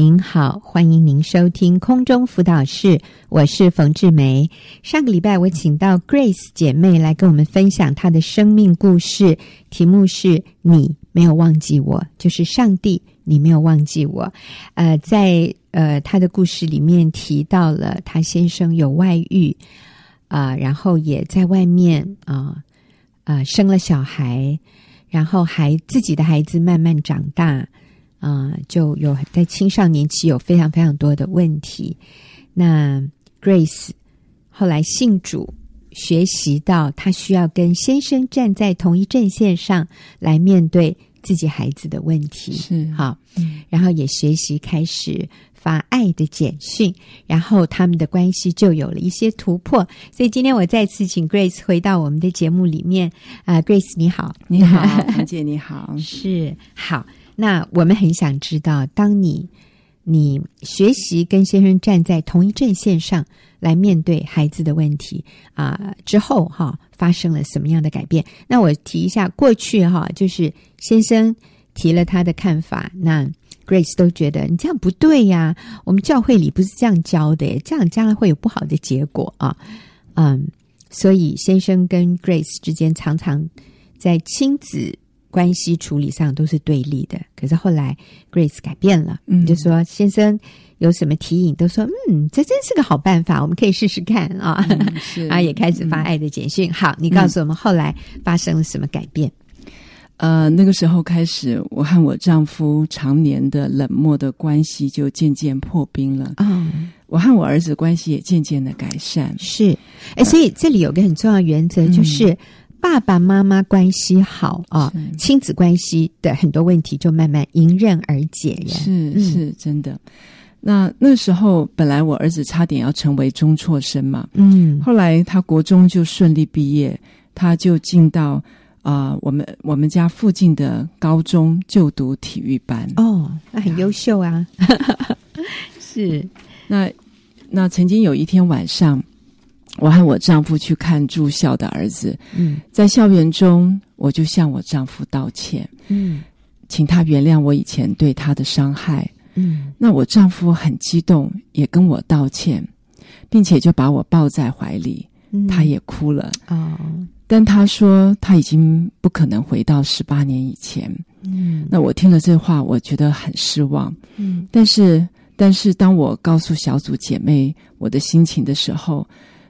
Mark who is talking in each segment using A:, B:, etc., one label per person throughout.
A: 您好，欢迎您收听空中辅导室，我是冯志梅。上个礼拜我请到 Grace 姐妹来跟我们分享她的生命故事，题目是“你没有忘记我”，就是上帝，你没有忘记我。呃，在呃她的故事里面提到了她先生有外遇，啊、然后也在外面啊啊、呃生了小孩，然后还自己的孩子慢慢长大，啊、就有在青少年期有非常非常多的问题。那 Grace 后来信主，学习到她需要跟先生站在同一阵线上来面对自己孩子的问题。
B: 是，
A: 好，
B: 嗯
A: 然后也学习开始发爱的简讯，然后他们的关系就有了一些突破。所以今天我再次请 Grace 回到我们的节目里面啊、g r a c e 你好，
B: 你 好，冯姐，你好，
A: 是好。那我们很想知道，当你你学习跟先生站在同一阵线上来面对孩子的问题啊、之后哈、发生了什么样的改变？那我提一下，过去哈、就是先生提了他的看法，那 Grace 都觉得你这样不对呀，我们教会里不是这样教的耶，这样将来会有不好的结果啊，嗯。所以，先生跟 Grace 之间常常在亲子关系处理上都是对立的。可是后来 Grace 改变了，
B: 嗯
A: 就说先生有什么提议，都说嗯，这真是个好办法，我们可以试试看啊。
B: 嗯是
A: 啊，也开始发爱的简讯。好，你告诉我们后来发生了什么改变？
B: 呃，那个时候开始，我和我丈夫常年的冷漠的关系就渐渐破冰了。
A: 哦，
B: 我和我儿子关系也渐渐的改善。
A: 是，哎，所以这里有个很重要的原则，
B: 嗯
A: 就是爸爸妈妈关系好啊，
B: 是
A: 亲子关系的很多问题就慢慢迎刃而解耶。
B: 是
A: 嗯
B: 是真的。那那时候本来我儿子差点要成为中辍生嘛，
A: 嗯，
B: 后来他国中就顺利毕业，他就进到啊、呃我们我们家附近的高中就读体育班。
A: 哦，那很优秀 啊，是，
B: 那那曾经有一天晚上，我和我丈夫去看住校的儿子，
A: 嗯
B: 在校园中，我就向我丈夫道歉，
A: 嗯
B: 请他原谅我以前对他的伤害。
A: 嗯，
B: 那我丈夫很激动，也跟我道歉，并且就把我抱在怀里，
A: 嗯
B: 他也哭了。
A: 哦，
B: 但他说他已经不可能回到十八年以前。
A: 嗯
B: 那我听了这话，我觉得很失望。
A: 嗯
B: 但是，但是当我告诉小组姐妹我的心情的时候，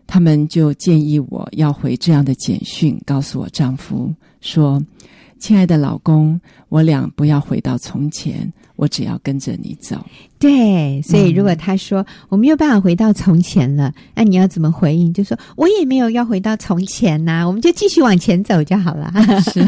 B: 他们就建议我要回这样的简讯，告诉我丈夫说：“亲爱的老公，我俩不要回到从前，我只要跟着你走。
A: 对，所
B: 嗯
A: 以如果他说、我没有办法回到从前了，那你要怎么回应？就说我也没有要回到从前呐、我们就继续往前走就好了。
B: 是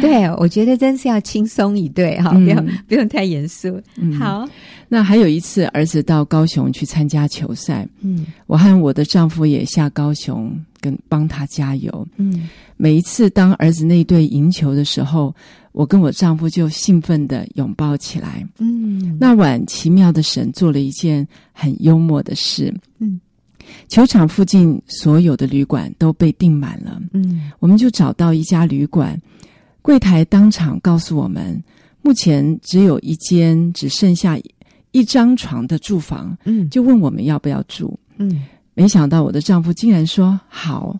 A: 对，我觉得真是要轻松一对哈，
B: 嗯
A: 不要不用太严肃。”
B: 嗯，。
A: 好，
B: 那还有一次，儿子到高雄去参加球赛，
A: 嗯
B: 我和我的丈夫也下高雄跟帮他加油。
A: 嗯
B: 每一次当儿子那队赢球的时候，我跟我丈夫就兴奋地拥抱起来。
A: 嗯，
B: 那晚，奇妙的神做了一件很幽默的事。
A: 嗯，
B: 球场附近所有的旅馆都被订满了，
A: 嗯
B: 我们就找到一家旅馆，柜台当场告诉我们，目前只有一间只剩下一张床的住房，
A: 嗯
B: 就问我们要不要住。
A: 嗯
B: 没想到我的丈夫竟然说 好，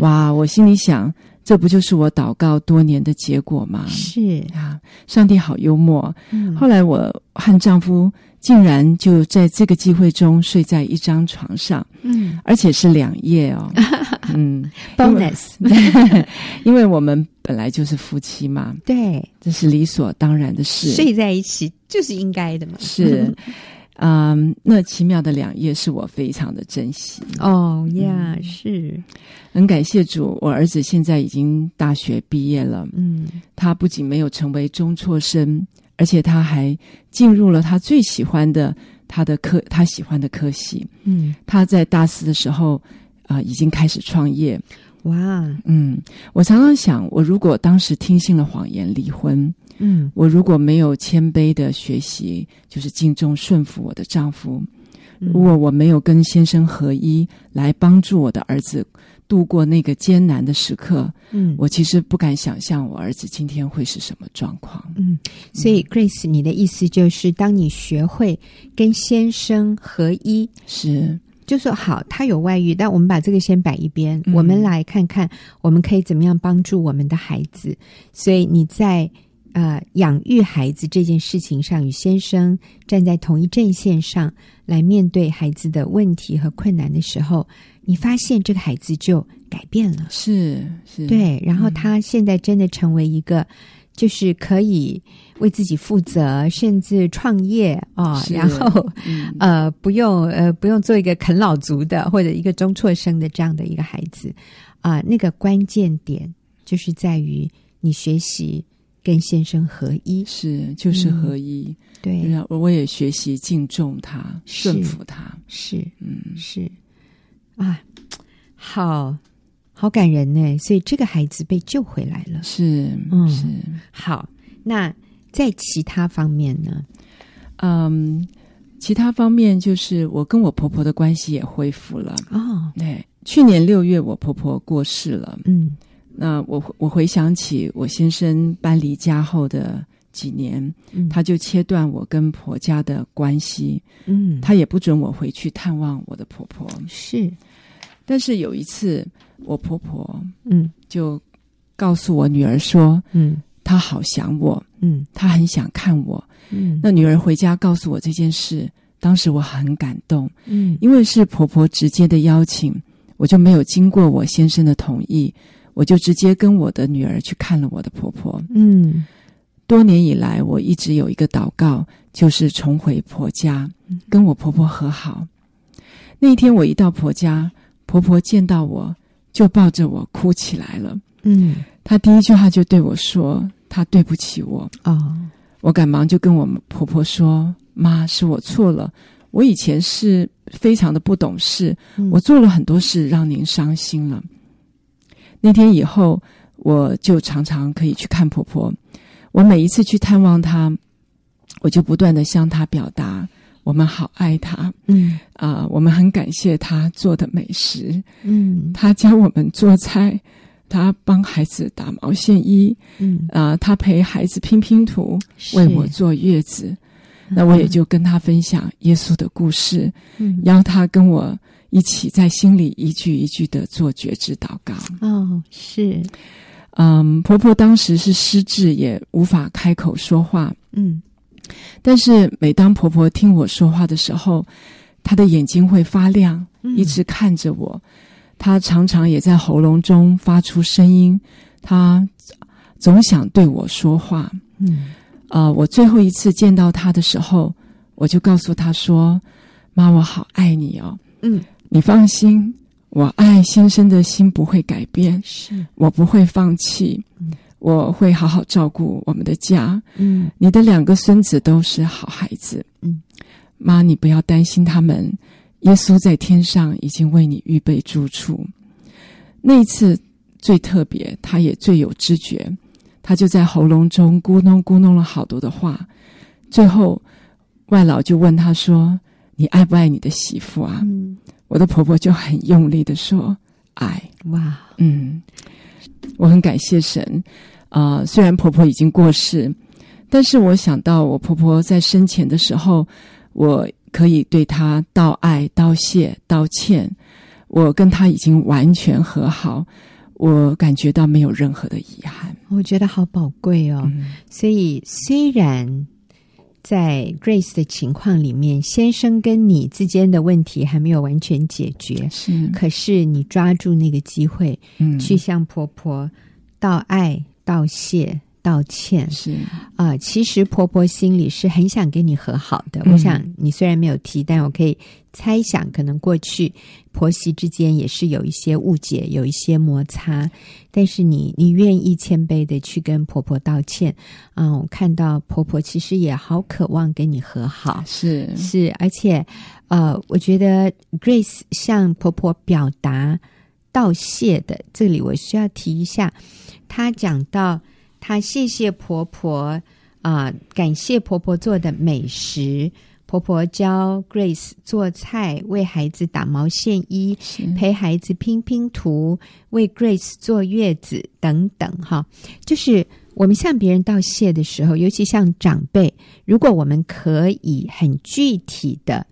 B: 哇！我心里想，这不就是我祷告多年的结果吗？
A: 是，
B: 啊，上帝好幽默，
A: 嗯
B: 后来我和丈夫竟然就在这个机会中睡在一张床上，
A: 嗯
B: 而且是两夜 哦。嗯，
A: ，bonus
B: 因为我们本来就是夫妻嘛，
A: 对，
B: 这是理所当然的事。
A: 睡在一起就是应该的嘛。
B: 是，嗯，那奇妙的两夜是我非常的珍惜，
A: 哦呀，是，
B: 很感谢主。我儿子现在已经大学毕业了，
A: 嗯
B: 他不仅没有成为中辍生，而且他还进入了他最喜欢的他的科他喜欢的科系。
A: 嗯，
B: 他在大四的时候，啊，已经开始创业。
A: 哇，
B: 嗯，我常常想，我如果当时听信了谎言离婚，
A: 嗯
B: 我如果没有谦卑的学习，就是敬重顺服我的丈夫，
A: 嗯
B: 如果我没有跟先生合一来帮助我的儿子度过那个艰难的时刻，
A: 嗯，
B: 我其实不敢想象我儿子今天会是什么状况。
A: 嗯，所以 Grace，你的意思就是，当你学会跟先生合一，
B: 是，
A: 就说好，他有外遇，但我们把这个先摆一边，
B: 嗯
A: 我们来看看我们可以怎么样帮助我们的孩子。所以你在呃养育孩子这件事情上，与先生站在同一阵线上来面对孩子的问题和困难的时候，你发现这个孩子就改变了。
B: 是，是，，
A: 对，然后他现在真的成为一个，就是可以为自己负责，甚至创业啊、
B: 是
A: 然后
B: 嗯，
A: 呃，不用呃，不用做一个啃老族的或者一个中辍生的这样的一个孩子啊、那个关键点就是在于你学习跟先生合一，
B: 是，就是
A: 嗯
B: 合一。
A: 对，
B: 然后我也学习敬重他，
A: 是
B: 顺服他。
A: 是
B: 嗯，
A: 是啊，好好感人呢，所以这个孩子被救回来了。
B: 是，
A: 嗯
B: 是，
A: 好，那在其他方面呢？
B: 嗯，其他方面就是我跟我婆婆的关系也恢复了。
A: 哦，
B: 对，去年六月我婆婆过世了。
A: 嗯
B: 那我我回想起我先生搬离家后的几年，
A: 嗯，
B: 他就切断我跟婆家的关系，
A: 嗯
B: 他也不准我回去探望我的婆婆。
A: 是
B: 但是有一次，我婆婆
A: 嗯
B: 就告诉我女儿说，
A: 嗯
B: 她好想我，
A: 嗯
B: 她很想看我。
A: 嗯
B: 那女儿回家告诉我这件事，当时我很感动，
A: 嗯
B: 因为是婆婆直接的邀请，我就没有经过我先生的同意，我就直接跟我的女儿去看了我的婆婆。
A: 嗯
B: 多年以来，我一直有一个祷告，就是重回婆家，跟我婆婆和好。那一天我一到婆家，婆婆见到我就抱着我哭起来了。
A: 嗯
B: 她第一句话就对我说：“她对不起我。”
A: 哦
B: 我赶忙就跟我婆婆说：“妈，是我错了，我以前是非常的不懂事，
A: 嗯
B: 我做了很多事让您伤心了。那天以后，我就常常可以去看婆婆。我每一次去探望她，我就不断的向她表达我们好爱她
A: 嗯
B: 啊、我们很感谢她做的美食，
A: 嗯
B: 她教我们做菜，她帮孩子打毛线衣
A: 嗯
B: 啊、她陪孩子拼拼图。
A: 是
B: 为我坐月子，那我也就跟他分享耶稣的故事，
A: 嗯
B: 邀他跟我一起在心里一句一句的做觉知祷告。
A: 哦是
B: 嗯，婆婆当时是失智，也无法开口说话，
A: 嗯
B: 但是每当婆婆听我说话的时候，她的眼睛会发亮，
A: 嗯
B: 一直看着我。她常常也在喉咙中发出声音，她总想对我说话。
A: 嗯
B: 呃，我最后一次见到他的时候，我就告诉他说：“妈，我好爱你哦，
A: 嗯
B: 你放心，我爱先生的心不会改变，
A: 是
B: 我不会放弃
A: 嗯，
B: 我会好好照顾我们的家。
A: 嗯
B: 你的两个孙子都是好孩子，
A: 嗯，
B: 妈，你不要担心他们，耶稣在天上已经为你预备住处。”那一次最特别，他也最有知觉，他就在喉咙中咕哝咕哝了好多的话。最后，外老就问他说：“你爱不爱你的媳妇啊？”
A: 嗯
B: 我的婆婆就很用力的说：“爱。
A: 哇”
B: 嗯，我很感谢神啊、虽然婆婆已经过世，但是我想到我婆婆在生前的时候，我可以对她道爱、道谢、道歉。我跟她已经完全和好，我感觉到没有任何的遗憾。
A: 我觉得好宝贵哦，
B: 嗯，
A: 所以虽然。在 Grace 的情况里面，先生跟你之间的问题还没有完全解决，
B: 是，
A: 可是你抓住那个机会，
B: 嗯，
A: 去向婆婆道爱、道谢、道歉
B: 是，
A: 啊、其实婆婆心里是很想跟你和好的。
B: 嗯
A: 我想你虽然没有提，但我可以猜想，可能过去婆媳之间也是有一些误解、有一些摩擦，但是你你愿意谦卑的去跟婆婆道歉。嗯，我看到婆婆其实也好渴望跟你和好。
B: 是，
A: 是，而且，呃，我觉得 Grace 向婆婆表达道谢的，这里我需要提一下，她讲到呃她谢谢婆婆啊、感谢婆婆做的美食，婆婆教 Grace 做菜，为孩子打毛线衣，
B: 是
A: 陪孩子拼拼图，为 Grace 坐月子等等哈。就是我们向别人道谢的时候，尤其向长辈，如果我们可以很具体的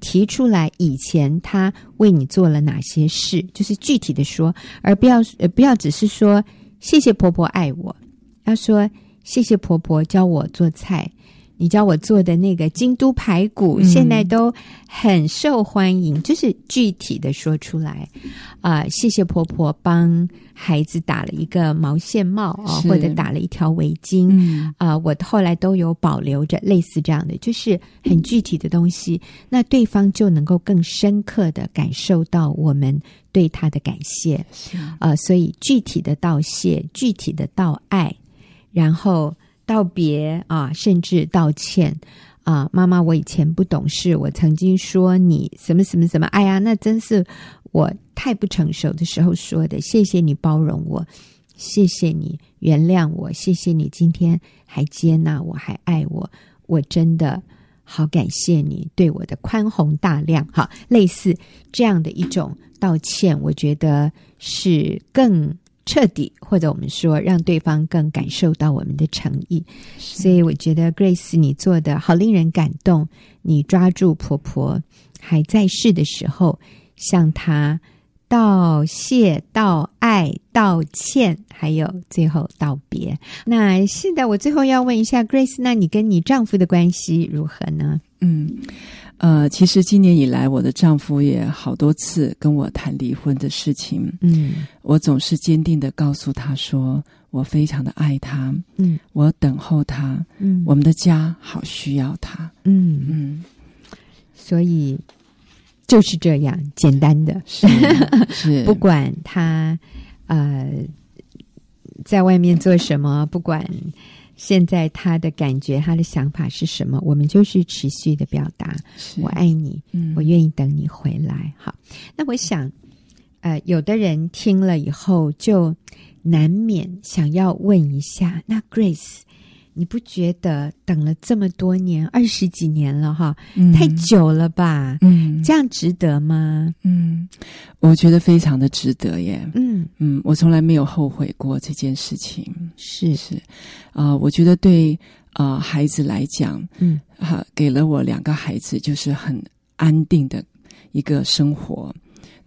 A: 提出来以前他为你做了哪些事，就是具体的说，而不要呃不要只是说谢谢婆婆爱我，要说谢谢婆婆教我做菜。你教我做的那个京都排骨，
B: 嗯
A: 现在都很受欢迎，就是具体的说出来。啊、谢谢婆婆帮孩子打了一个毛线帽啊、
B: 是
A: 或者打了一条围巾。
B: 嗯
A: 啊、我后来都有保留着类似这样的，就是很具体的东西，那对方就能够更深刻的感受到我们对他的感谢。
B: 是
A: 呃，所以具体的道谢、具体的道爱，然后道别啊，甚至道歉啊。妈妈，我以前不懂事，我曾经说你什么什么什么，哎呀，那真是我太不成熟的时候说的。谢谢你包容我，谢谢你原谅我，谢谢你今天还接纳我，还爱我，我真的。好，感谢你对我的宽宏大量，哈，类似这样的一种道歉，我觉得是更彻底，或者我们说让对方更感受到我们的诚意。所以我觉得 Grace 你做的好令人感动，你抓住婆婆还在世的时候，向她道谢、道爱、道歉，还有最后道别。那是的，我最后要问一下 Grace，那你跟你丈夫的关系如何呢？
B: 嗯，呃，其实今年以来，我的丈夫也好多次跟我谈离婚的事情，
A: 嗯
B: 我总是坚定的告诉他说，我非常的爱他，
A: 嗯
B: 我等候他，
A: 嗯
B: 我们的家好需要他。
A: 嗯，
B: 嗯，
A: 所以就是这样简单的。
B: 是 是，
A: 不管他呃在外面做什么，不管现在他的感觉、他的想法是什么，我们就是持续的表达“
B: 是
A: 我爱你，
B: 嗯
A: 我愿意等你回来”。好，那我想，呃，有的人听了以后就难免想要问一下，那 Grace。你不觉得等了这么多年，二十几年了哈，
B: 嗯
A: 太久了吧？
B: 嗯
A: 这样值得吗？
B: 嗯，我觉得非常的值得耶。
A: 嗯，
B: 嗯，我从来没有后悔过这件事情。
A: 是，
B: 是，啊、我觉得对啊、呃孩子来讲，
A: 嗯
B: 啊，给了我两个孩子就是很安定的一个生活。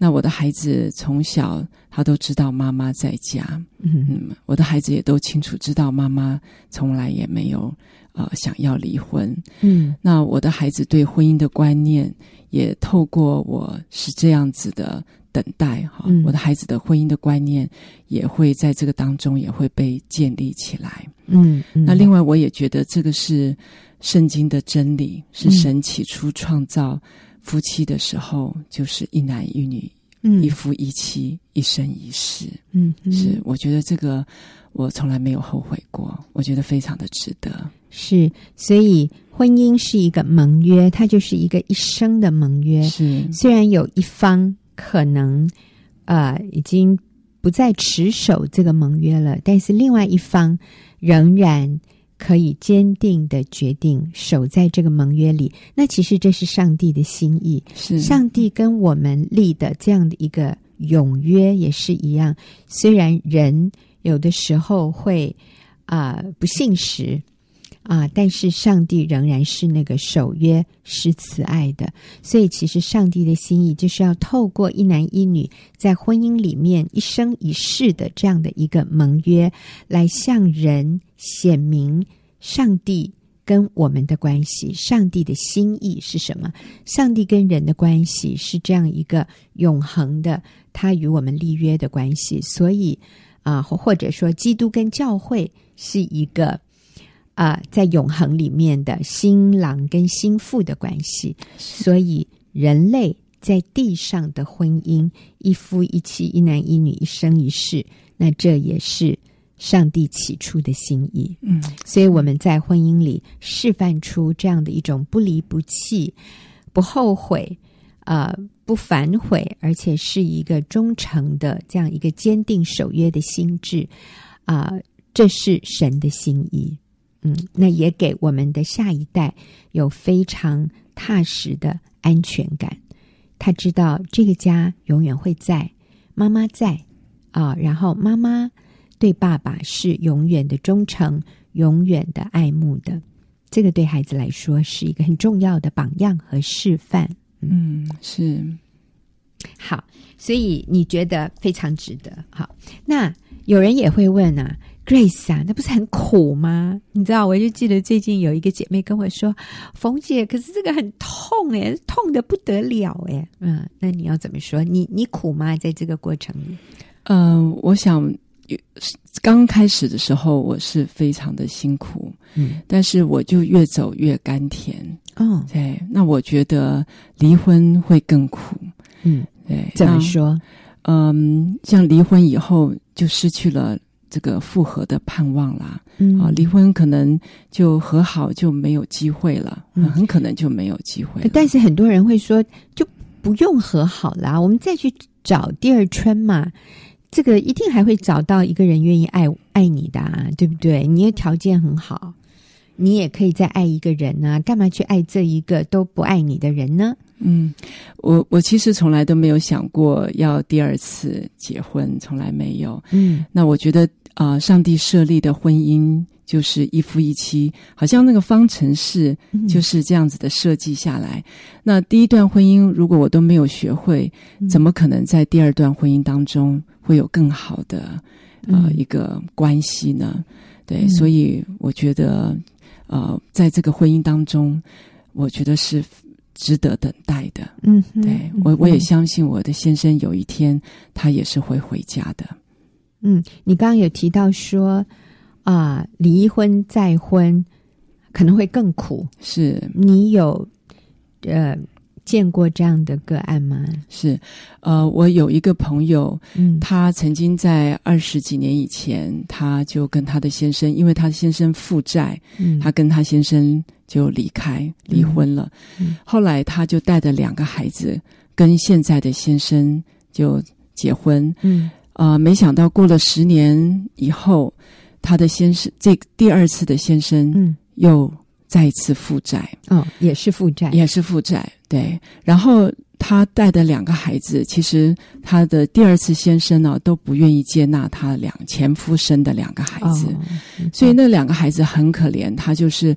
B: 那我的孩子从小他都知道妈妈在家，
A: 嗯
B: 嗯，我的孩子也都清楚知道妈妈从来也没有呃想要离婚。
A: 嗯
B: 那我的孩子对婚姻的观念也透过我是这样子的等待哈，
A: 嗯
B: 我的孩子的婚姻的观念也会在这个当中也会被建立起来。
A: 嗯，
B: 那
A: 那
B: 另
A: 外，
B: 外，我也觉得这个是圣经的真理，是
A: 嗯
B: 神起初创造夫妻的时候，就是一男一女，
A: 嗯
B: 一夫一妻，一生一世。
A: 嗯嗯
B: 是，我觉得这个我从来没有后悔过，我觉得非常的值得。
A: 是，所以婚姻是一个盟约，它就是一个一生的盟约。
B: 是，
A: 虽然有一方可能呃已经不再持守这个盟约了，但是另外一方仍然可以坚定的决定守在这个盟约里。那其实这是上帝的心意，
B: 是，
A: 上帝跟我们立的这样的一个永约也是一样，虽然人有的时候会啊、不信实啊、但是上帝仍然是那个守约施慈爱的。所以，其实上帝的心意就是要透过一男一女在婚姻里面一生一世的这样的一个盟约，来向人显明上帝。跟我们的关系，上帝的心意是什么？上帝跟人的关系是这样一个永恒的，他与我们立约的关系。所以啊、或或者说，基督跟教会是一个啊、在永恒里面的新郎跟新妇的关系。所以，人类在地上的婚姻，一夫一妻，一男一女，一生一世，那这也是上帝起初的心意。
B: 嗯，
A: 所以我们在婚姻里示范出这样的一种不离不弃、不后悔、呃不反悔，而且是一个忠诚的这样一呃个坚定守约的心智啊、这是神的心意。嗯，那也给我们的下一代有非常踏实的安全感。他知道这个家永远会在，妈妈在啊、然后妈妈对爸爸是永远的忠诚、永远的爱慕的。这个对孩子来说是一个很重要的榜样和示范。
B: 嗯，是
A: 好，所以你觉得非常值得。好，那有人也会问啊，Grace 啊，那不是很苦吗？你知道，我就记得最近有一个姐妹跟我说，冯姐，可是这个很痛诶，痛的不得了诶。嗯，那你要怎么说？你你苦吗？在这个过程里，
B: 嗯，我想有是刚开始的时候我是非常的辛苦，
A: 嗯，
B: 但是我就越走越甘甜。
A: 哦，
B: 对，那我觉得离婚会更苦。
A: 嗯，
B: 对，
A: 怎么
B: 那？
A: 说？
B: 嗯，像离婚以后就失去了这个复合的盼望啦。
A: 嗯
B: 啊，离婚可能就和好就没有机会了，
A: 嗯
B: 很可能就没有机会了。
A: 但是很多人会说，就不用和好啦，我们再去找第二春嘛。这个一定还会找到一个人愿意爱爱你的、啊，对不对？你也条件很好，你也可以再爱一个人啊，干嘛去爱这一个都不爱你的人呢？
B: 嗯，我我其实从来都没有想过要第二次结婚，从来没有。
A: 嗯
B: 那我觉得啊、呃上帝设立的婚姻就是一夫一妻，好像那个方程式
A: 嗯
B: 就是这样子的设计下来。那第一段婚姻，如果我都没有学会，
A: 嗯
B: 怎么可能在第二段婚姻当中会有更好的呃
A: 嗯
B: 一个关系呢？对，
A: 嗯
B: 所以我觉得呃，在这个婚姻当中，我觉得是值得等待的。
A: 嗯哼，
B: 对我，我也
A: 嗯
B: 相信我的先生有一天他也是会回家的。
A: 嗯，你刚刚有提到说啊、离婚再婚可能会更苦，
B: 是，
A: 你有呃见过这样的个案吗？
B: 是，呃，我有一个朋友，
A: 嗯
B: 她曾经在二十几年以前，她就跟她的先生，因为她的先生负债，
A: 嗯
B: 她跟她先生就离开离婚了。
A: 嗯
B: 后来她就带着两个孩子，跟现在的先生就结婚。
A: 嗯
B: 呃，没想到过了十年以后，她的先生这第二次的先生
A: 嗯，
B: 又再一次负债。
A: 哦，也是负债，
B: 也是负债，对。然后她带的两个孩子，其实她的第二次先生呢、都不愿意接纳她两前夫生的两个孩子，
A: 哦
B: 所以那两个孩子很可怜，她就是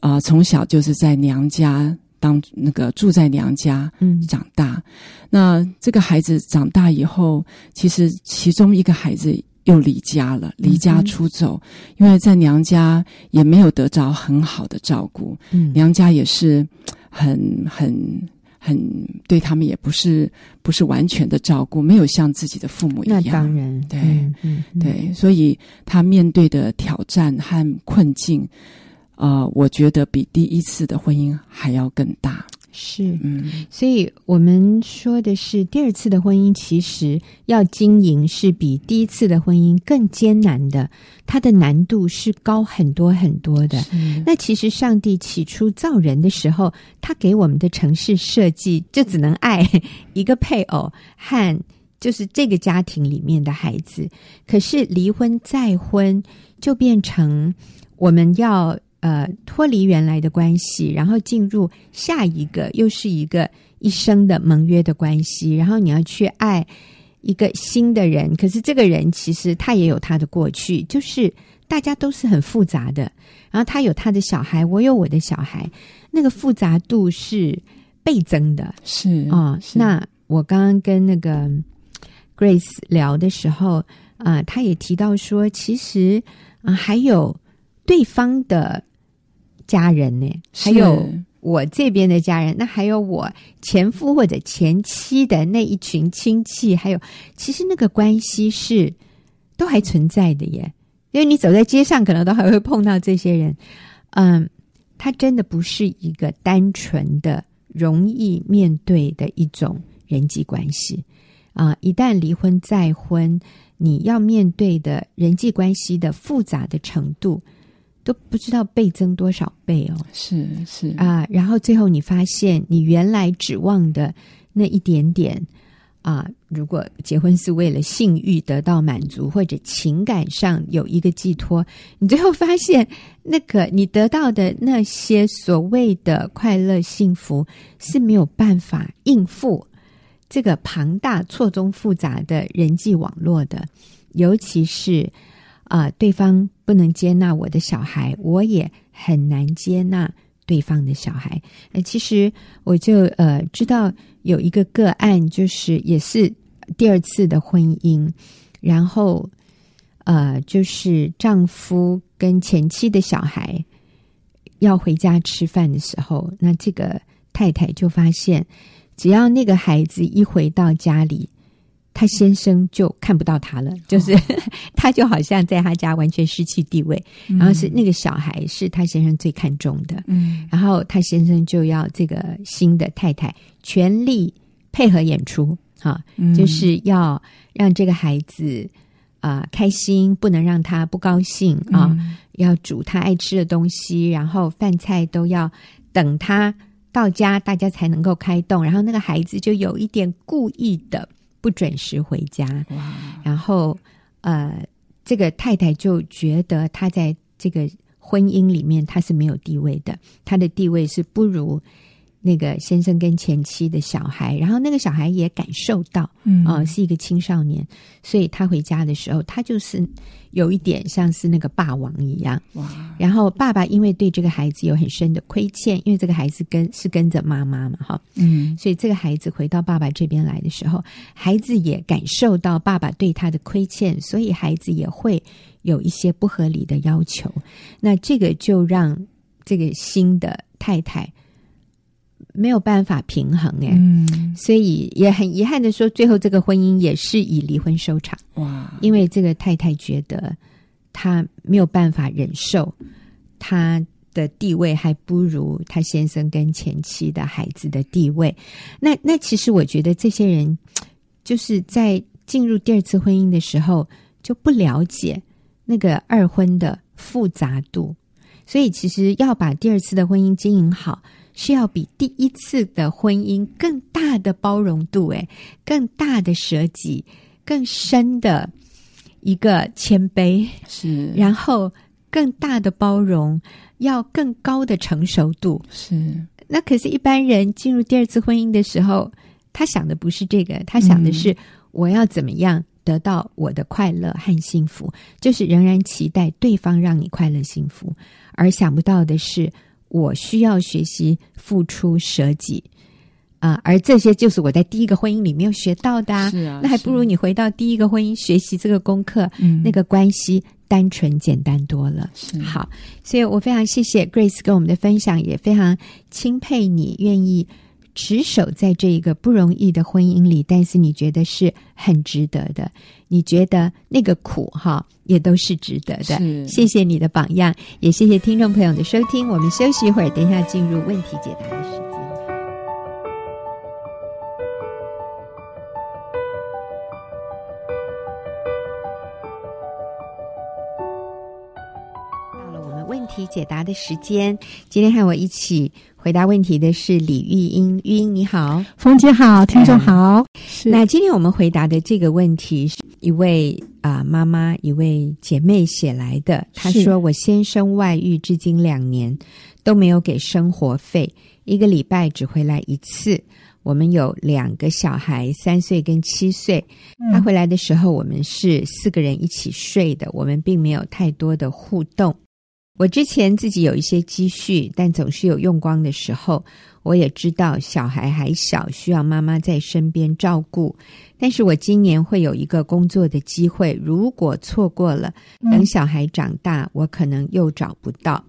B: 啊、呃从小就是在娘家当那个住在娘家
A: 嗯
B: 长大。那这个孩子长大以后，其实其中一个孩子。又离家了，离
A: 嗯
B: 家
A: 哼
B: 出走，因为在娘家也没有得着很好的照顾，
A: 嗯
B: 娘家也是很很很对他们也不是不是完全的照顾，没有像自己的父母一
A: 那
B: 样。
A: 当然
B: 对
A: 嗯嗯嗯
B: 对，所以他面对的挑战和困境，呃，我觉得比第一次的婚姻还要更大。
A: 是。
B: 嗯，
A: 所以我们说的是，第二次的婚姻其实要经营是比第一次的婚姻更艰难的，它的难度是高很多很多的。
B: 是
A: 那其实上帝起初造人的时候，他给我们的城市设计就只能爱一个配偶和就是这个家庭里面的孩子。可是离婚再婚就变成我们要呃脱离原来的关系，然后进入下一个又是一个一生的盟约的关系，然后你要去爱一个新的人，可是这个人其实他也有他的过去，就是大家都是很复杂的。然后他有他的小孩，我有我的小孩，那个复杂度是倍增的
B: 是
A: 啊、
B: 嗯是
A: 那我刚刚跟那个 Grace 聊的时候啊、他也提到说，其实啊、还有对方的家人呢，还有
B: 是
A: 我这边的家人，那还有我前夫或者前妻的那一群亲戚，还有其实那个关系是都还存在的耶。因为你走在街上，可能都还会碰到这些人。嗯，它真的不是一个单纯的、容易面对的一种人际关系啊、一旦离婚再婚，你要面对的人际关系的复杂的程度，都不知道倍增多少倍哦。
B: 是是
A: 啊啊，然后最后你发现你原来指望的那一点点啊、如果结婚是为了性欲得到满足，或者情感上有一个寄托，你最后发现，那个你得到的那些所谓的快乐、幸福是没有办法应付这个庞大、错综复杂的人际网络的，尤其是啊、对方不能接纳我的小孩，我也很难接纳对方的小孩。呃，其实我就呃知道有一个个案，就是也是第二次的婚姻，然后呃，就是丈夫跟前妻的小孩要回家吃饭的时候，那这个太太就发现，只要那个孩子一回到家里。她先生就看不到她了，就是她就好像在她家完全失去地位，然后是那个小孩是她先生最看重的，
B: 嗯
A: 然后他先生就要这个新的太太全力配合演出，啊，
B: 嗯
A: 就是要让这个孩子啊、开心，不能让他不高兴啊。
B: 嗯
A: 要煮他爱吃的东西，然后饭菜都要等他到家，大家才能够开动。然后那个孩子就有一点故意的不准时回家，
B: 嗯哇，
A: 然后呃，这个太太就觉得她在这个婚姻里面她是没有地位的，她的地位是不如那个先生跟前妻的小孩。然后那个小孩也感受到，
B: 嗯
A: 啊、是一个青少年，所以他回家的时候，他就是有一点像是那个霸王一样。
B: 哇，
A: 然后爸爸因为对这个孩子有很深的亏欠，因为这个孩子跟是跟着妈妈嘛，哈，
B: 嗯
A: 所以这个孩子回到爸爸这边来的时候，孩子也感受到爸爸对他的亏欠，所以孩子也会有一些不合理的要求。那这个就让这个新的太太没有办法平衡哎、
B: 嗯
A: 所以也很遗憾的说，最后这个婚姻也是以离婚收场，
B: 哇，
A: 因为这个太太觉得她没有办法忍受她的地位还不如她先生跟前妻的孩子的地位。那那其实我觉得这些人就是在进入第二次婚姻的时候就不了解那个二婚的复杂度，所以其实要把第二次的婚姻经营好，是要比第一次的婚姻更大的包容度，诶，更大的舍己，更深的一个谦卑，
B: 是
A: 然后更大的包容，要更高的成熟度。
B: 是
A: 那可是，一般人进入第二次婚姻的时候，他想的不是这个，他想的
B: 嗯
A: 是我要怎么样得到我的快乐和幸福，就是仍然期待对方让你快乐幸福，而想不到的是，我需要学习付出舍己啊、而这些就是我在第一个婚姻里没有学到的、啊，
B: 是啊，
A: 那还不如
B: 是
A: 你回到第一个婚姻学习这个功课，
B: 嗯
A: 那个关系单纯简单多了。
B: 是
A: 好，所以我非常谢谢 Grace 跟我们的分享，也非常钦佩你愿意持守在这一个不容易的婚姻里，但是你觉得是很值得的，你觉得那个苦哈也都是值得的。
B: 是
A: 嗯谢谢你的榜样，也谢谢听众朋友的收听。我们休息一会儿，等一下进入问题解答的时间。到了我们问题解答的时间，今天和我一起回答问题的是李玉英，玉英你好。
C: 冯姐好，听众好，是
A: 那今天我们回答的这个问题是一位啊、妈妈，一位姐妹写来的。她
C: 是
A: 说：“我先生外遇至今两年都没有给生活费，一个礼拜只回来一次。我们有两个小孩，三岁跟七岁。
C: 嗯
A: 他回来的时候，我们是四个人一起睡的，我们并没有太多的互动。我之前自己有一些积蓄，但总是有用光的时候。我也知道小孩还小，需要妈妈在身边照顾。但是我今年会有一个工作的机会，如果错过了，等小孩长大，我可能又找不到，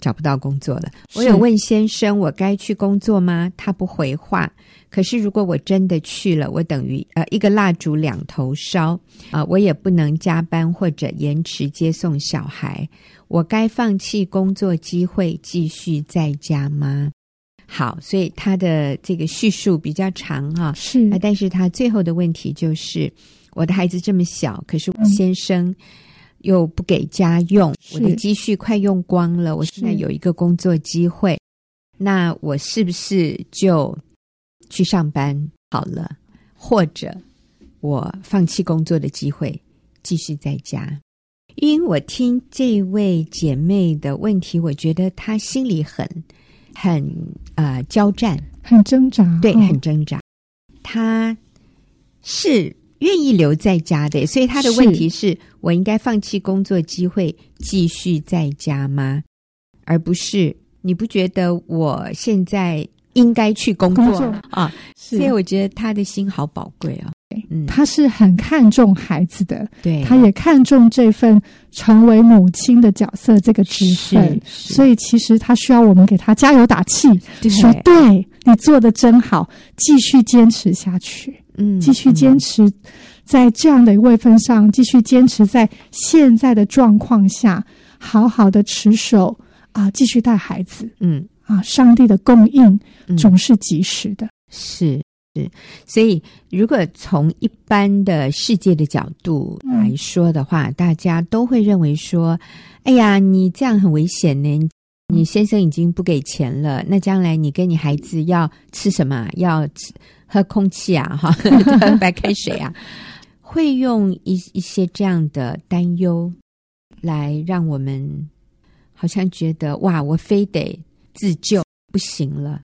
A: 找不到工作了。我有
C: 是
A: 问先生，我该去工作吗？他不回话。可是如果我真的去了，我等于呃一个蜡烛两头烧啊、我也不能加班或者延迟接送小孩。我该放弃工作机会，继续在家吗？好，所以他的这个叙述比较长哈、
B: 嗯
C: 是
A: 啊，但是他最后的问题就是，我的孩子这么小，可是我先生又不给家用，
C: 是
A: 我的积蓄快用光了，我现在
C: 是
A: 有一个工作机会，那我是不是就去上班好了？或者我放弃工作的机会，继续在家。因为我听这位姐妹的问题，我觉得她心里很很呃交战，
C: 很挣扎，
A: 对，
C: 哦
A: 很挣扎。她是愿意留在家的，所以她的问题是我应该放弃工作机会继续在家吗？而不是你不觉得我现在应该去工
C: 工
A: 作
C: 作
A: 啊？
C: 是
A: 所以我觉得她的心好宝贵啊、嗯，
C: 他是很看重孩子的，
A: 对，
C: 他也看重这份成为母亲的角色这个职分，所
A: 以
C: 以其实他需要我们给他加油打气，说
A: 对，
C: 对你做的真好，继续坚持下去，
A: 嗯
C: 继续坚持在这样的位分上，继续坚持在现在的状况下，好好的持守啊，继续带孩子
A: 嗯，
C: 啊，上帝的供应
A: 嗯
C: 总是及时的，
A: 是是，所以如果从一般的世界的角度
C: 嗯
A: 来说的话，大家都会认为说，哎呀，你这样很危险呢。你先生已经不给钱了，那将来你跟你孩子要吃什么啊？要吃喝空气啊，哈， 喝白开水啊，会用一一些这样的担忧来让我们好像觉得哇，我非得自救不行了，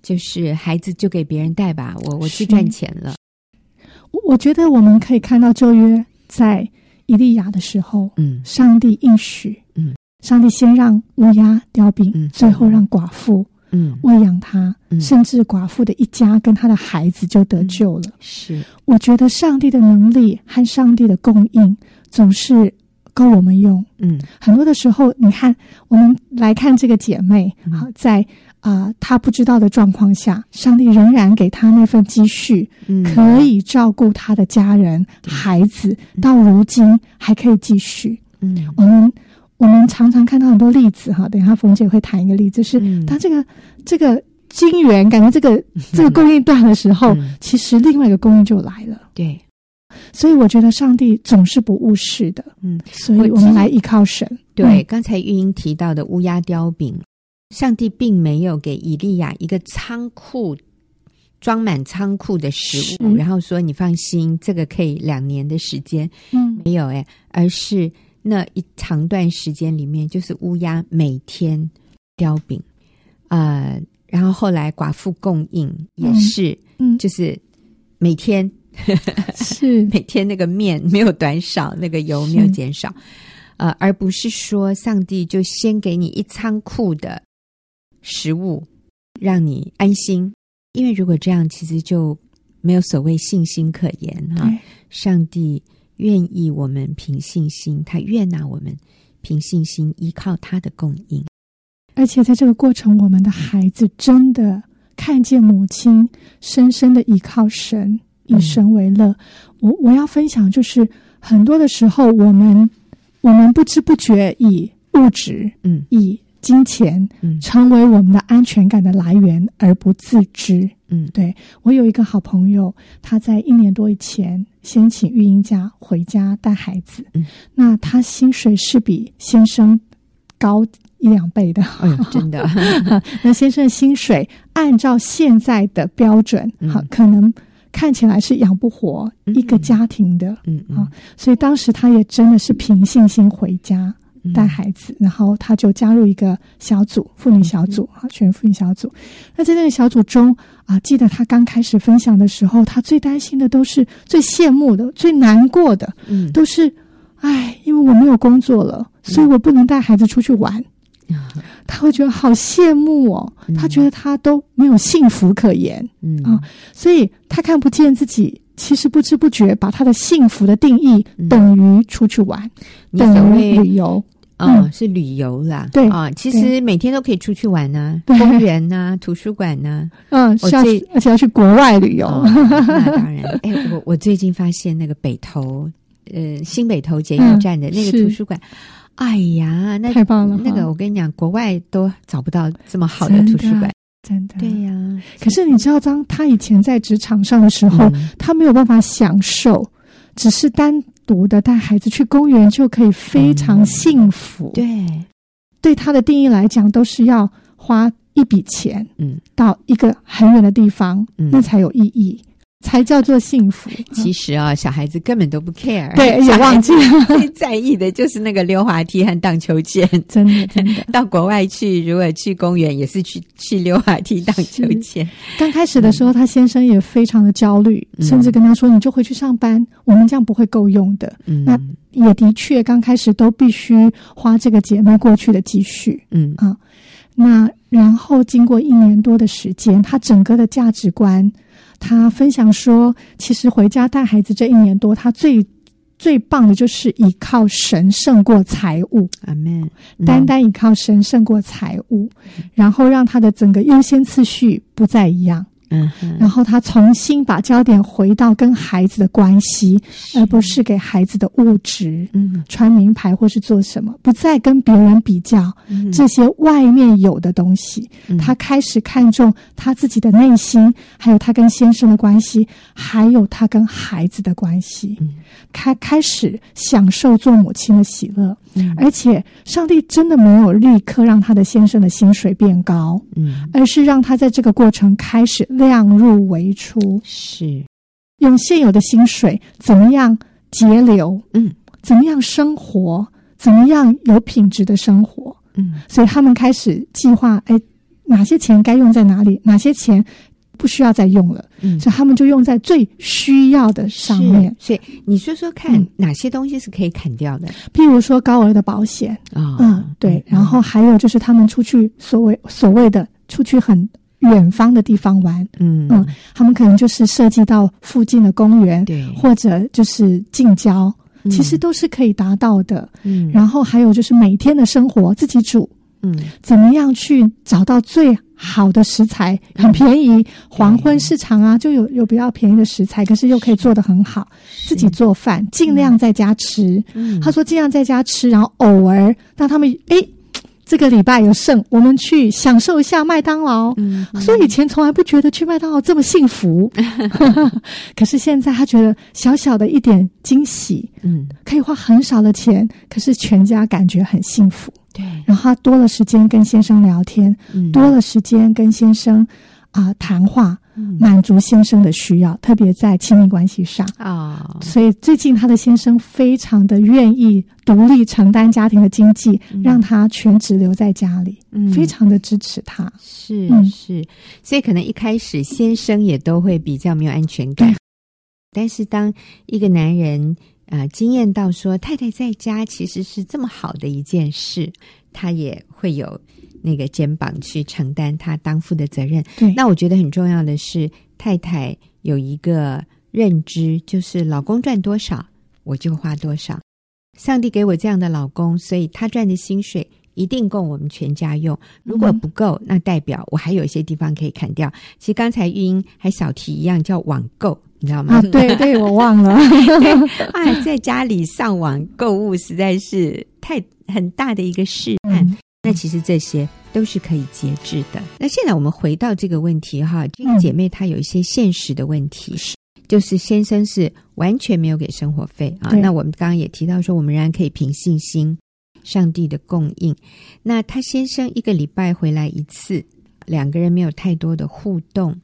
A: 就是孩子就给别人带吧，我我去
C: 是
A: 赚钱了。
C: 我我觉得我们可以看到旧约在以利亚的时候，
A: 嗯
C: 上帝应许，
A: 嗯，
C: 上帝先让乌鸦叼饼，
A: 嗯
C: 最后让寡妇
A: 嗯，
C: 喂养它，
A: 嗯
C: 甚至寡妇的一家跟他的孩子就得救了。
A: 是
C: 我觉得上帝的能力和上帝的供应总是够我们用。
A: 嗯
C: 很多的时候，你看，我们来看这个姐妹
A: 嗯
C: 啊、在啊、她不知道的状况下，上帝仍然给她那份积蓄，
A: 嗯，
C: 可以照顾她的家人、孩子，到如今还可以继续。
A: 嗯
C: 我们我们常常看到很多例子哈，等一下冯姐会谈一个例子，是
A: 嗯
C: 当这个这个金源感觉这 个这个供应断的时候，
A: 嗯
C: 其实另外一个供应就来了。
A: 对，
C: 所以我觉得上帝总是不误事的，
A: 嗯，
C: 所
A: 我
C: 以
A: 记
C: 我们来依靠神。嗯
A: 对，刚才玉英提到的乌鸦叼饼，上帝并没有给以利亚一个仓库装满仓库的食物，
C: 是
A: 然后说你放心，这个可以两年的时间，
C: 嗯，
A: 没有哎，而是那一长段时间里面，就是乌鸦每天叼饼，呃，然后后来寡妇供应也是，
C: 嗯
A: 就是每天
C: 是
A: 每天那个面没有短少，那个油
C: 是
A: 没有减少，呃，而不是说上帝就先给你一仓库的食物，让你安心。因为如果这样，其实就没有所谓信心可言哈、
C: 对
A: 上帝愿意我们凭信心，他悦纳我们凭信心依靠他的供应。
C: 而且在这个过程，我们的孩子真的看见母亲深深的依靠神，以
A: 嗯
C: 神为乐。我我要分享就是，很多的时候，我们我们不知不觉以物质、
A: 嗯
C: 以金钱
A: 嗯
C: 成为我们的安全感的来源，而不自知。
A: 嗯
C: 我有一个好朋友，他在一年多以前先请育婴假回家带孩子，
A: 嗯
C: 那他薪水是比先生高一两倍的。
A: 哎呦， 真的，
C: 那先生的薪水按照现在的标准，
A: 嗯
C: 好、可能看起来是养不活
A: 嗯
C: 一个家庭的，
A: 嗯嗯
C: 好，所以当时他也真的是凭信心回家
A: 嗯
C: 带孩子，然后他就加入一个小组，妇女小组，
A: 嗯
C: 好、全妇女小组。那在这个小组中啊，记得他刚开始分享的时候，他最担心的都是最羡慕的、最难过的，
A: 嗯
C: 都是，哎，因为我没有工作了，所以我不能带孩子出去 玩。他会觉得好羡慕哦
A: 嗯，
C: 他觉得他都没有幸福可言，
A: 嗯
C: 啊所以他看不见自己。其实不知不觉把他的幸福的定义
A: 嗯
C: 等于出去玩，
A: 你所
C: 等于
A: 谓
C: 旅 游，
A: 啊、
C: 嗯
A: 是旅游啦，
C: 对
A: 啊、其实每天都可以出去玩呐、
C: 对
A: 公园呐、图书馆呐、
C: 嗯，
A: 我
C: 是要
A: 最
C: 去而且要去国外旅游，
A: 哦 那当然，哎，我我最近发现那个北投，呃，新北投捷运站的
C: 嗯
A: 那个
C: 是
A: 图书馆，哎呀，那
C: 太棒了哈！
A: 那个我跟你讲，国外都找不到这么好嗯的图书馆，
C: 真的，
A: 对呀、
C: 可是你知道，当他以前在职场上的时候，
A: 嗯
C: 他没有办法享受，只是单独的带孩子去公园就可以非常幸福。
A: 嗯对，
C: 对他的定义来讲，都是要花一笔钱，
A: 嗯，
C: 到一个很远的地方，
A: 嗯
C: 那才有意义。才叫做幸福。
A: 其实啊、小孩子根本都不 care，
C: 对，也忘记 了，
A: 最在意的就是那个溜滑梯和荡秋千。
C: 真 的真的。
A: 到国外去，如果去公园，也是去去溜滑梯、荡秋 千。
C: 刚开始的时候，他先生也非常的焦虑，
A: 嗯
C: 甚至跟他说：“你就回去上班，我们这样不会够用的。”
A: 嗯
C: 那也的确，刚开始都必须花这个姐妹过去的积蓄。
A: 嗯
C: 啊。那然后经过一年多的时间，他整个的价值观，他分享说，其实回家带孩子这一年多，他最最棒的就是依靠神胜过财务，
A: 阿妹，
C: 单单依靠神胜过财务，然后让他的整个优先次序不再一样，
A: 嗯哼
C: 然后他重新把焦点回到跟孩子的关系，而不是给孩子的物质。
A: 嗯
C: 穿名牌或是做什么，不再跟别人比较
A: 嗯
C: 这些外面有的东西，
A: 嗯
C: 他开始看重他自己的内心，还有他跟先生的关系，还有他跟孩子的关系
A: 嗯。
C: 开开始享受做母亲的喜乐，
A: 嗯
C: 而且上帝真的没有立刻让他的先生的薪水变高，
A: 嗯
C: 而是让他在这个过程开始量入为出，
A: 是
C: 用现有的薪水怎么样节流，
A: 嗯
C: 怎么样生活，怎么样有品质的生活。
A: 嗯
C: 所以他们开始计划，哎，哪些钱该用在哪里，哪些钱不需要再用了，
A: 嗯
C: 所以他们就用在最需要的上面。
A: 是所以你说说看
C: 嗯，
A: 哪些东西是可以砍掉的
C: 譬如说高额的保险，
A: 啊？
C: 嗯，对，然后还有就是他们出去所谓所谓的出去很远方的地方玩，
A: 嗯
C: 嗯，他们可能就是涉及到附近的公园，
A: 对，
C: 或者就是近郊，
A: 嗯
C: 其实都是可以达到的。
A: 嗯
C: 然后还有就是每天的生活自己煮，
A: 嗯
C: 怎么样去找到最好的食材，
A: 嗯
C: 很便宜。黄昏市场啊，就有有比较便宜的食材，可是又可以做得很好。自己做饭，尽量在家吃。
A: 嗯
C: 他说尽量在家吃，然后偶尔那他们诶，这个礼拜有剩，我们去享受一下麦当劳。
A: 嗯
C: 他说以前从来不觉得去麦当劳这么 幸福，可是现在他觉得小小的一点惊喜，
A: 嗯
C: 可以花很少的钱，可是全家感觉很幸福。
A: 对
C: 然后他多了时间跟先生聊天，
A: 嗯
C: 多了时间跟先生啊、谈话，
A: 嗯
C: 满足先生的需要，特别在亲密关系上。
A: 啊
C: 所以最近他的先生非常的愿意独立承担家庭的经济，让他全职留在家里，
A: 嗯
C: 非常的支持他。
A: 是
C: 嗯
A: 是，所以可能一开始先生也都会比较没有安全感
C: 对，
A: 但是当一个男人啊、呃经验到说太太在家其实是这么好的一件事，他也会有那个肩膀去承担他当父的责任。
C: 对，
A: 那我觉得很重要的是，太太有一个认知，就是老公赚多少，我就花多少。上帝给我这样的老公，所以他赚的薪水一定够我们全家用。如果不够，那代表我还有一些地方可以砍掉。其实刚才玉英还小提一样，叫网购，你知道吗？
C: 啊， 对对，我忘了。
A: 啊，在家里上网购物实在是太很大的一个试探。
C: 嗯
A: 那其实这些都是可以节制的。那现在我们回到这个问题哈，这
C: 嗯
A: 个姐妹她有一些现实的问题，就是先生是完全没有给生活费啊。
C: 对
A: 那我们刚刚也提到说，我们仍然可以凭信心，上帝的供应。那她先生一个礼拜回来一次，两个人没有太多的互动。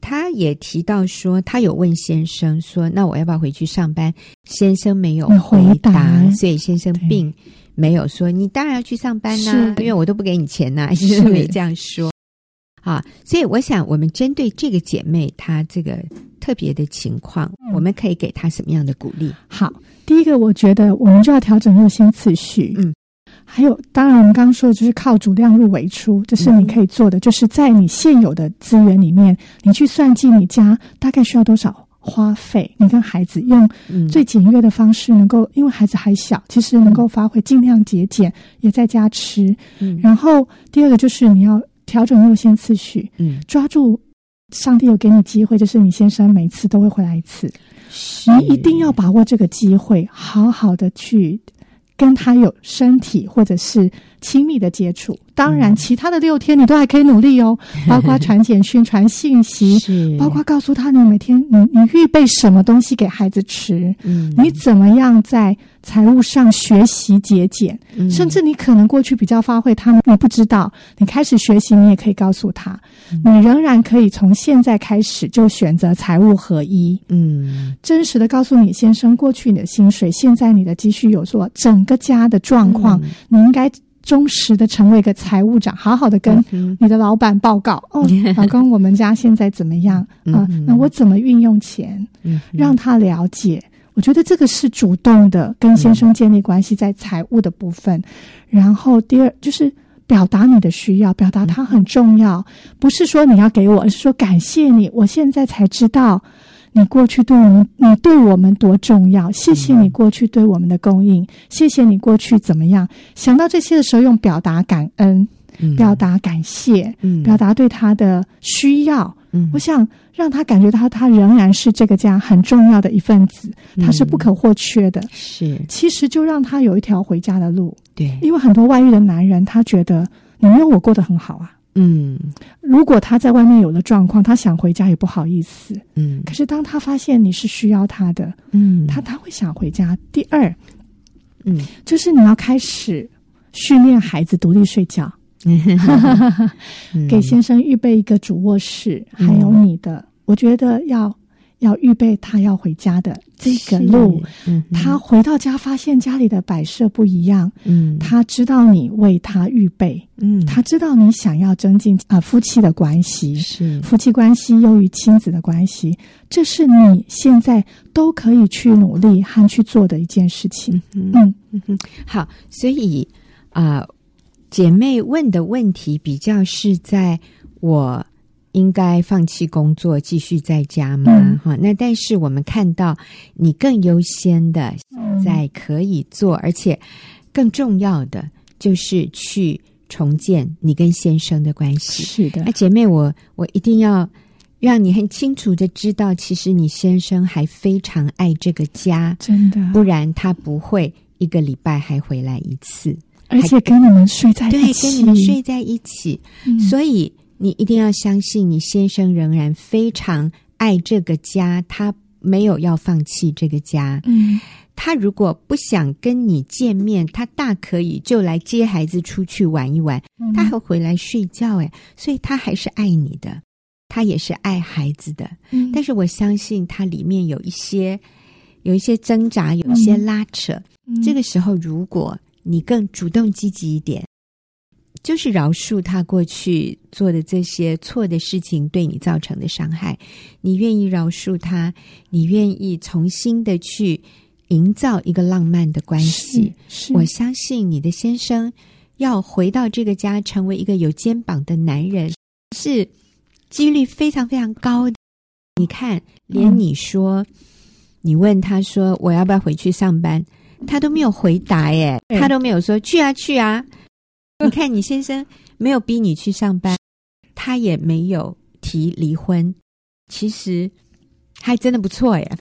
A: 她也提到说，她有问先生说：“那我要不要回去上班？”先生没有
C: 没
A: 回
C: 回
A: 答，
C: 答
A: 所以先生
C: 对
A: 并没有说你当然要去上班呐、
C: 是
A: 因为我都不给你钱呐、
C: 是
A: 是没这样说啊。所以我想，我们针对这个姐妹她这个特别的情况，
C: 嗯
A: 我们可以给她什么样的鼓励？
C: 好，第一个我觉得我们就要调整优先次序。
A: 嗯，
C: 还有，当然我们刚刚说的就是靠主量入为出，这是你可以做的，就是在你现有的资源里面，你去算计你家大概需要多少。花费，你跟孩子用
A: 嗯，
C: 最简约的方式，能够因为孩子还小，其实能够发挥尽量节俭，也在家吃。
A: 嗯
C: 然后第二个就是你要调整优先次序，
A: 嗯，
C: 抓住上帝有给你机会，就是你先生每次都会回来一次，你一定要把握这个机会，好好的去跟他有身体或者是亲密的接触，当然，
A: 嗯
C: 其他的六天你都还可以 努力哦，包括传简讯、传信息，
A: 是
C: 包括告诉他你每天你你预备什么东西给孩子吃，
A: 嗯
C: 你怎么样在财务上学习节俭，
A: 嗯
C: 甚至你可能过去比较发挥他们你不知道，你开始学习，你也可以告诉他，
A: 嗯
C: 你仍然可以从现在开始就选择财务合一。
A: 嗯
C: 真实的告诉你先生，过去你的薪水，现在你的积蓄有做整个家的状况，
A: 嗯
C: 你应该忠实的成为一个财务长，好好的跟
A: 嗯
C: 你的老板报告、 哦，老公，我们家现在怎么样
A: 嗯
C: 啊、
A: 嗯
C: 那我怎么运用钱，
A: 嗯
C: 让他了解？我觉得这个是主动的跟先
A: 嗯
C: 生建立关系，在财务的部分。然后第二就是表达你的需要，
A: 嗯
C: 表达它很重要，不是说你要给我，而是说感谢你，我现在才知道。你过去对我们，你对我们多重要？谢谢
A: 嗯
C: 你过去对我们的供应，谢谢你过去怎么样？想到这些的时候，用表达感恩，
A: 嗯
C: 表达感谢，
A: 嗯
C: 表达对他的需要。
A: 嗯
C: 我想让他感觉到他仍然是这个家很重要的一份子，他是不可或缺的。
A: 是
C: 其实就让他有一条回家的路，
A: 对
C: 因为很多外遇的男人，他觉得你没有我过得很好啊。
A: 嗯
C: 如果他在外面有了状况，他想回家也不好意思。
A: 嗯
C: 可是当他发现你是需要他的，
A: 嗯
C: 他他会想回家。第二，
A: 嗯
C: 就是你要开始训练孩子独立睡觉。
A: 嗯
C: 给先生预备一个主卧室，还有你的，我觉得要要预备他要回家的这个路。
A: 是嗯
C: 他回到家发现家里的摆设不一样，
A: 嗯
C: 他知道你为他预备，
A: 嗯
C: 他知道你想要增进啊、夫妻的关系。
A: 是
C: 夫妻关系优于亲子的关系，这是你现在都可以去努力和去做的一件事情。
A: 嗯
C: 嗯，
A: 好，所以啊、姐妹问的问题比较是在我应该放弃工作继续在家吗
C: 嗯？
A: 哈、那但是我们看到你更优先的
C: 嗯
A: 在可以做，而且更重要的就是去重建你跟先生的关系。
C: 是的
A: 那，姐妹我，我一定要让你很清楚的知道，其实你先生还非常爱这个家，
C: 真的，
A: 不然他不会一个礼拜还回来一次，
C: 而且跟你们睡在
A: 对
C: 一，
A: 跟
C: 起，
A: 你们睡在一起。
C: 嗯
A: 所以你一定要相信，你先生仍然非常爱这个家，他没有要放弃这个家。
C: 嗯，
A: 他如果不想跟你见面，他大可以就来接孩子出去玩一玩，
C: 嗯
A: 他还回来睡觉哎，所以他还是爱你的，他也是爱孩子的。
C: 嗯
A: 但是我相信它里面有一些有一些挣扎，有一些
C: 嗯
A: 拉扯。
C: 嗯
A: 这个时候，如果你更主动积极一点，就是饶恕他过去做的这些错的事情对你造成的伤害，你愿意饶恕他，你愿意重新的去营造一个浪漫的关系。
C: 是，是
A: 我相信你的先生要回到这个家，成为一个有肩膀的男人，是几率非常非常高的。你看，
C: 嗯
A: 连你说，你问他说我要不要回去上班，他都没有回答耶，
C: 对
A: 他都没有说去啊去啊。你看，你先生没有逼你去上班，他也没有提离婚，其实还真的不错耶。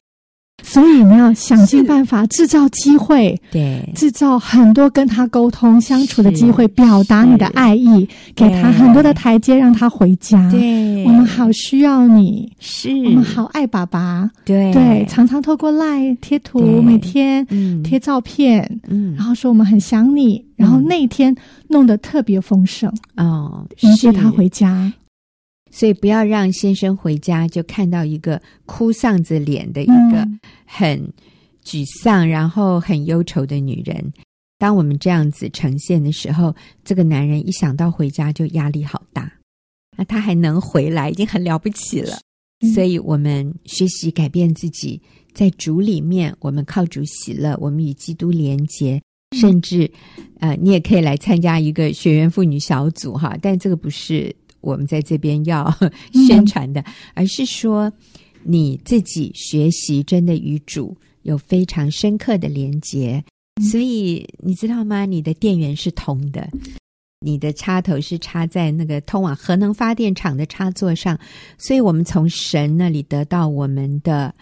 C: 所以你要想尽
A: 是
C: 办法制造机会，
A: 对，
C: 制造很多跟他沟通相处的机会，表达你的爱意，给他很多的台阶，让他回家。
A: 对，
C: 我们好需要你，
A: 是，
C: 我们好爱爸爸。
A: 对
C: 对，常常透过 Line 贴图，
A: 对
C: 每天
A: 嗯
C: 贴照片，
A: 嗯
C: 然后说我们很想你，然后那一天弄得特别丰盛，
A: 哦，
C: 迎接
A: 是
C: 他回家。
A: 所以不要让先生回家就看到一个哭丧着脸的一个
C: 嗯，
A: 很沮丧，然后很忧愁的女人。当我们这样子呈现的时候，这个男人一想到回家就压力好大。那他还能回来，已经很了不起了。
C: 嗯
A: 所以，我们学习改变自己，在主里面，我们靠主喜乐，我们与基督连结，甚至，呃，你也可以来参加一个学员妇女小组哈。但这个不是我们在这边要 宣传的，而是说你自己学习真的与主有非常深刻的连结。所以你知道吗？你的电源是通的，你的插头是插在那个通往核能发电厂的插座上，所以我们从神那里得到我们的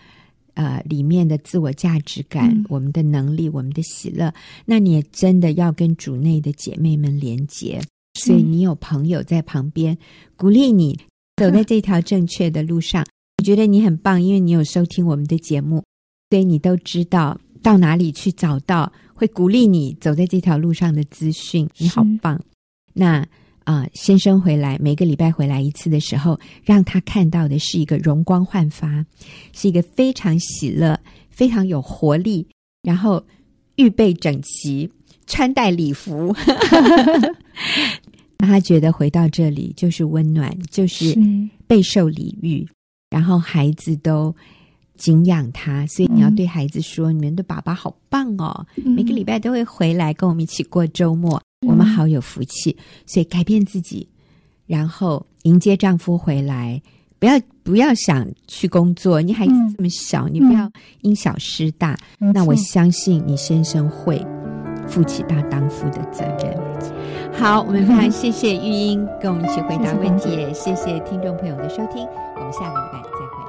A: 呃里面的自我价值感、
C: 嗯
A: 我们的能力、我们的喜乐。那你也真的要跟主内的姐妹们连结，所以你有朋友在旁边鼓励你走在这条正确的路上。我觉得你很棒，因为你有收听我们的节目，所以你都知道到哪里去找到会鼓励你走在这条路上的资讯。你好
C: 是
A: 棒！那啊、先生回来每个礼拜回来一次的时候，让他看到的是一个容光焕发，是一个非常喜乐、非常有活力，然后预备整齐，穿戴礼服。 那他觉得回到这里就是温暖，就是
C: 嗯
A: 备受礼遇，然后孩子都敬仰他，所以你要
C: 嗯
A: 对孩子说：“你们的爸爸好棒哦！每
C: 每
A: 个礼拜都会回来跟我们一起过周末，我们好有福气。”所以改变自己，然后迎接丈夫回来，不要不要想去工作，你孩子
C: 嗯
A: 这么小，你不要因小失大。那我相信你先生会负起大当夫的责任。好，我们非常谢谢玉英跟我们一起回答问题，也谢谢听众朋友的收听，我们下个礼拜再会。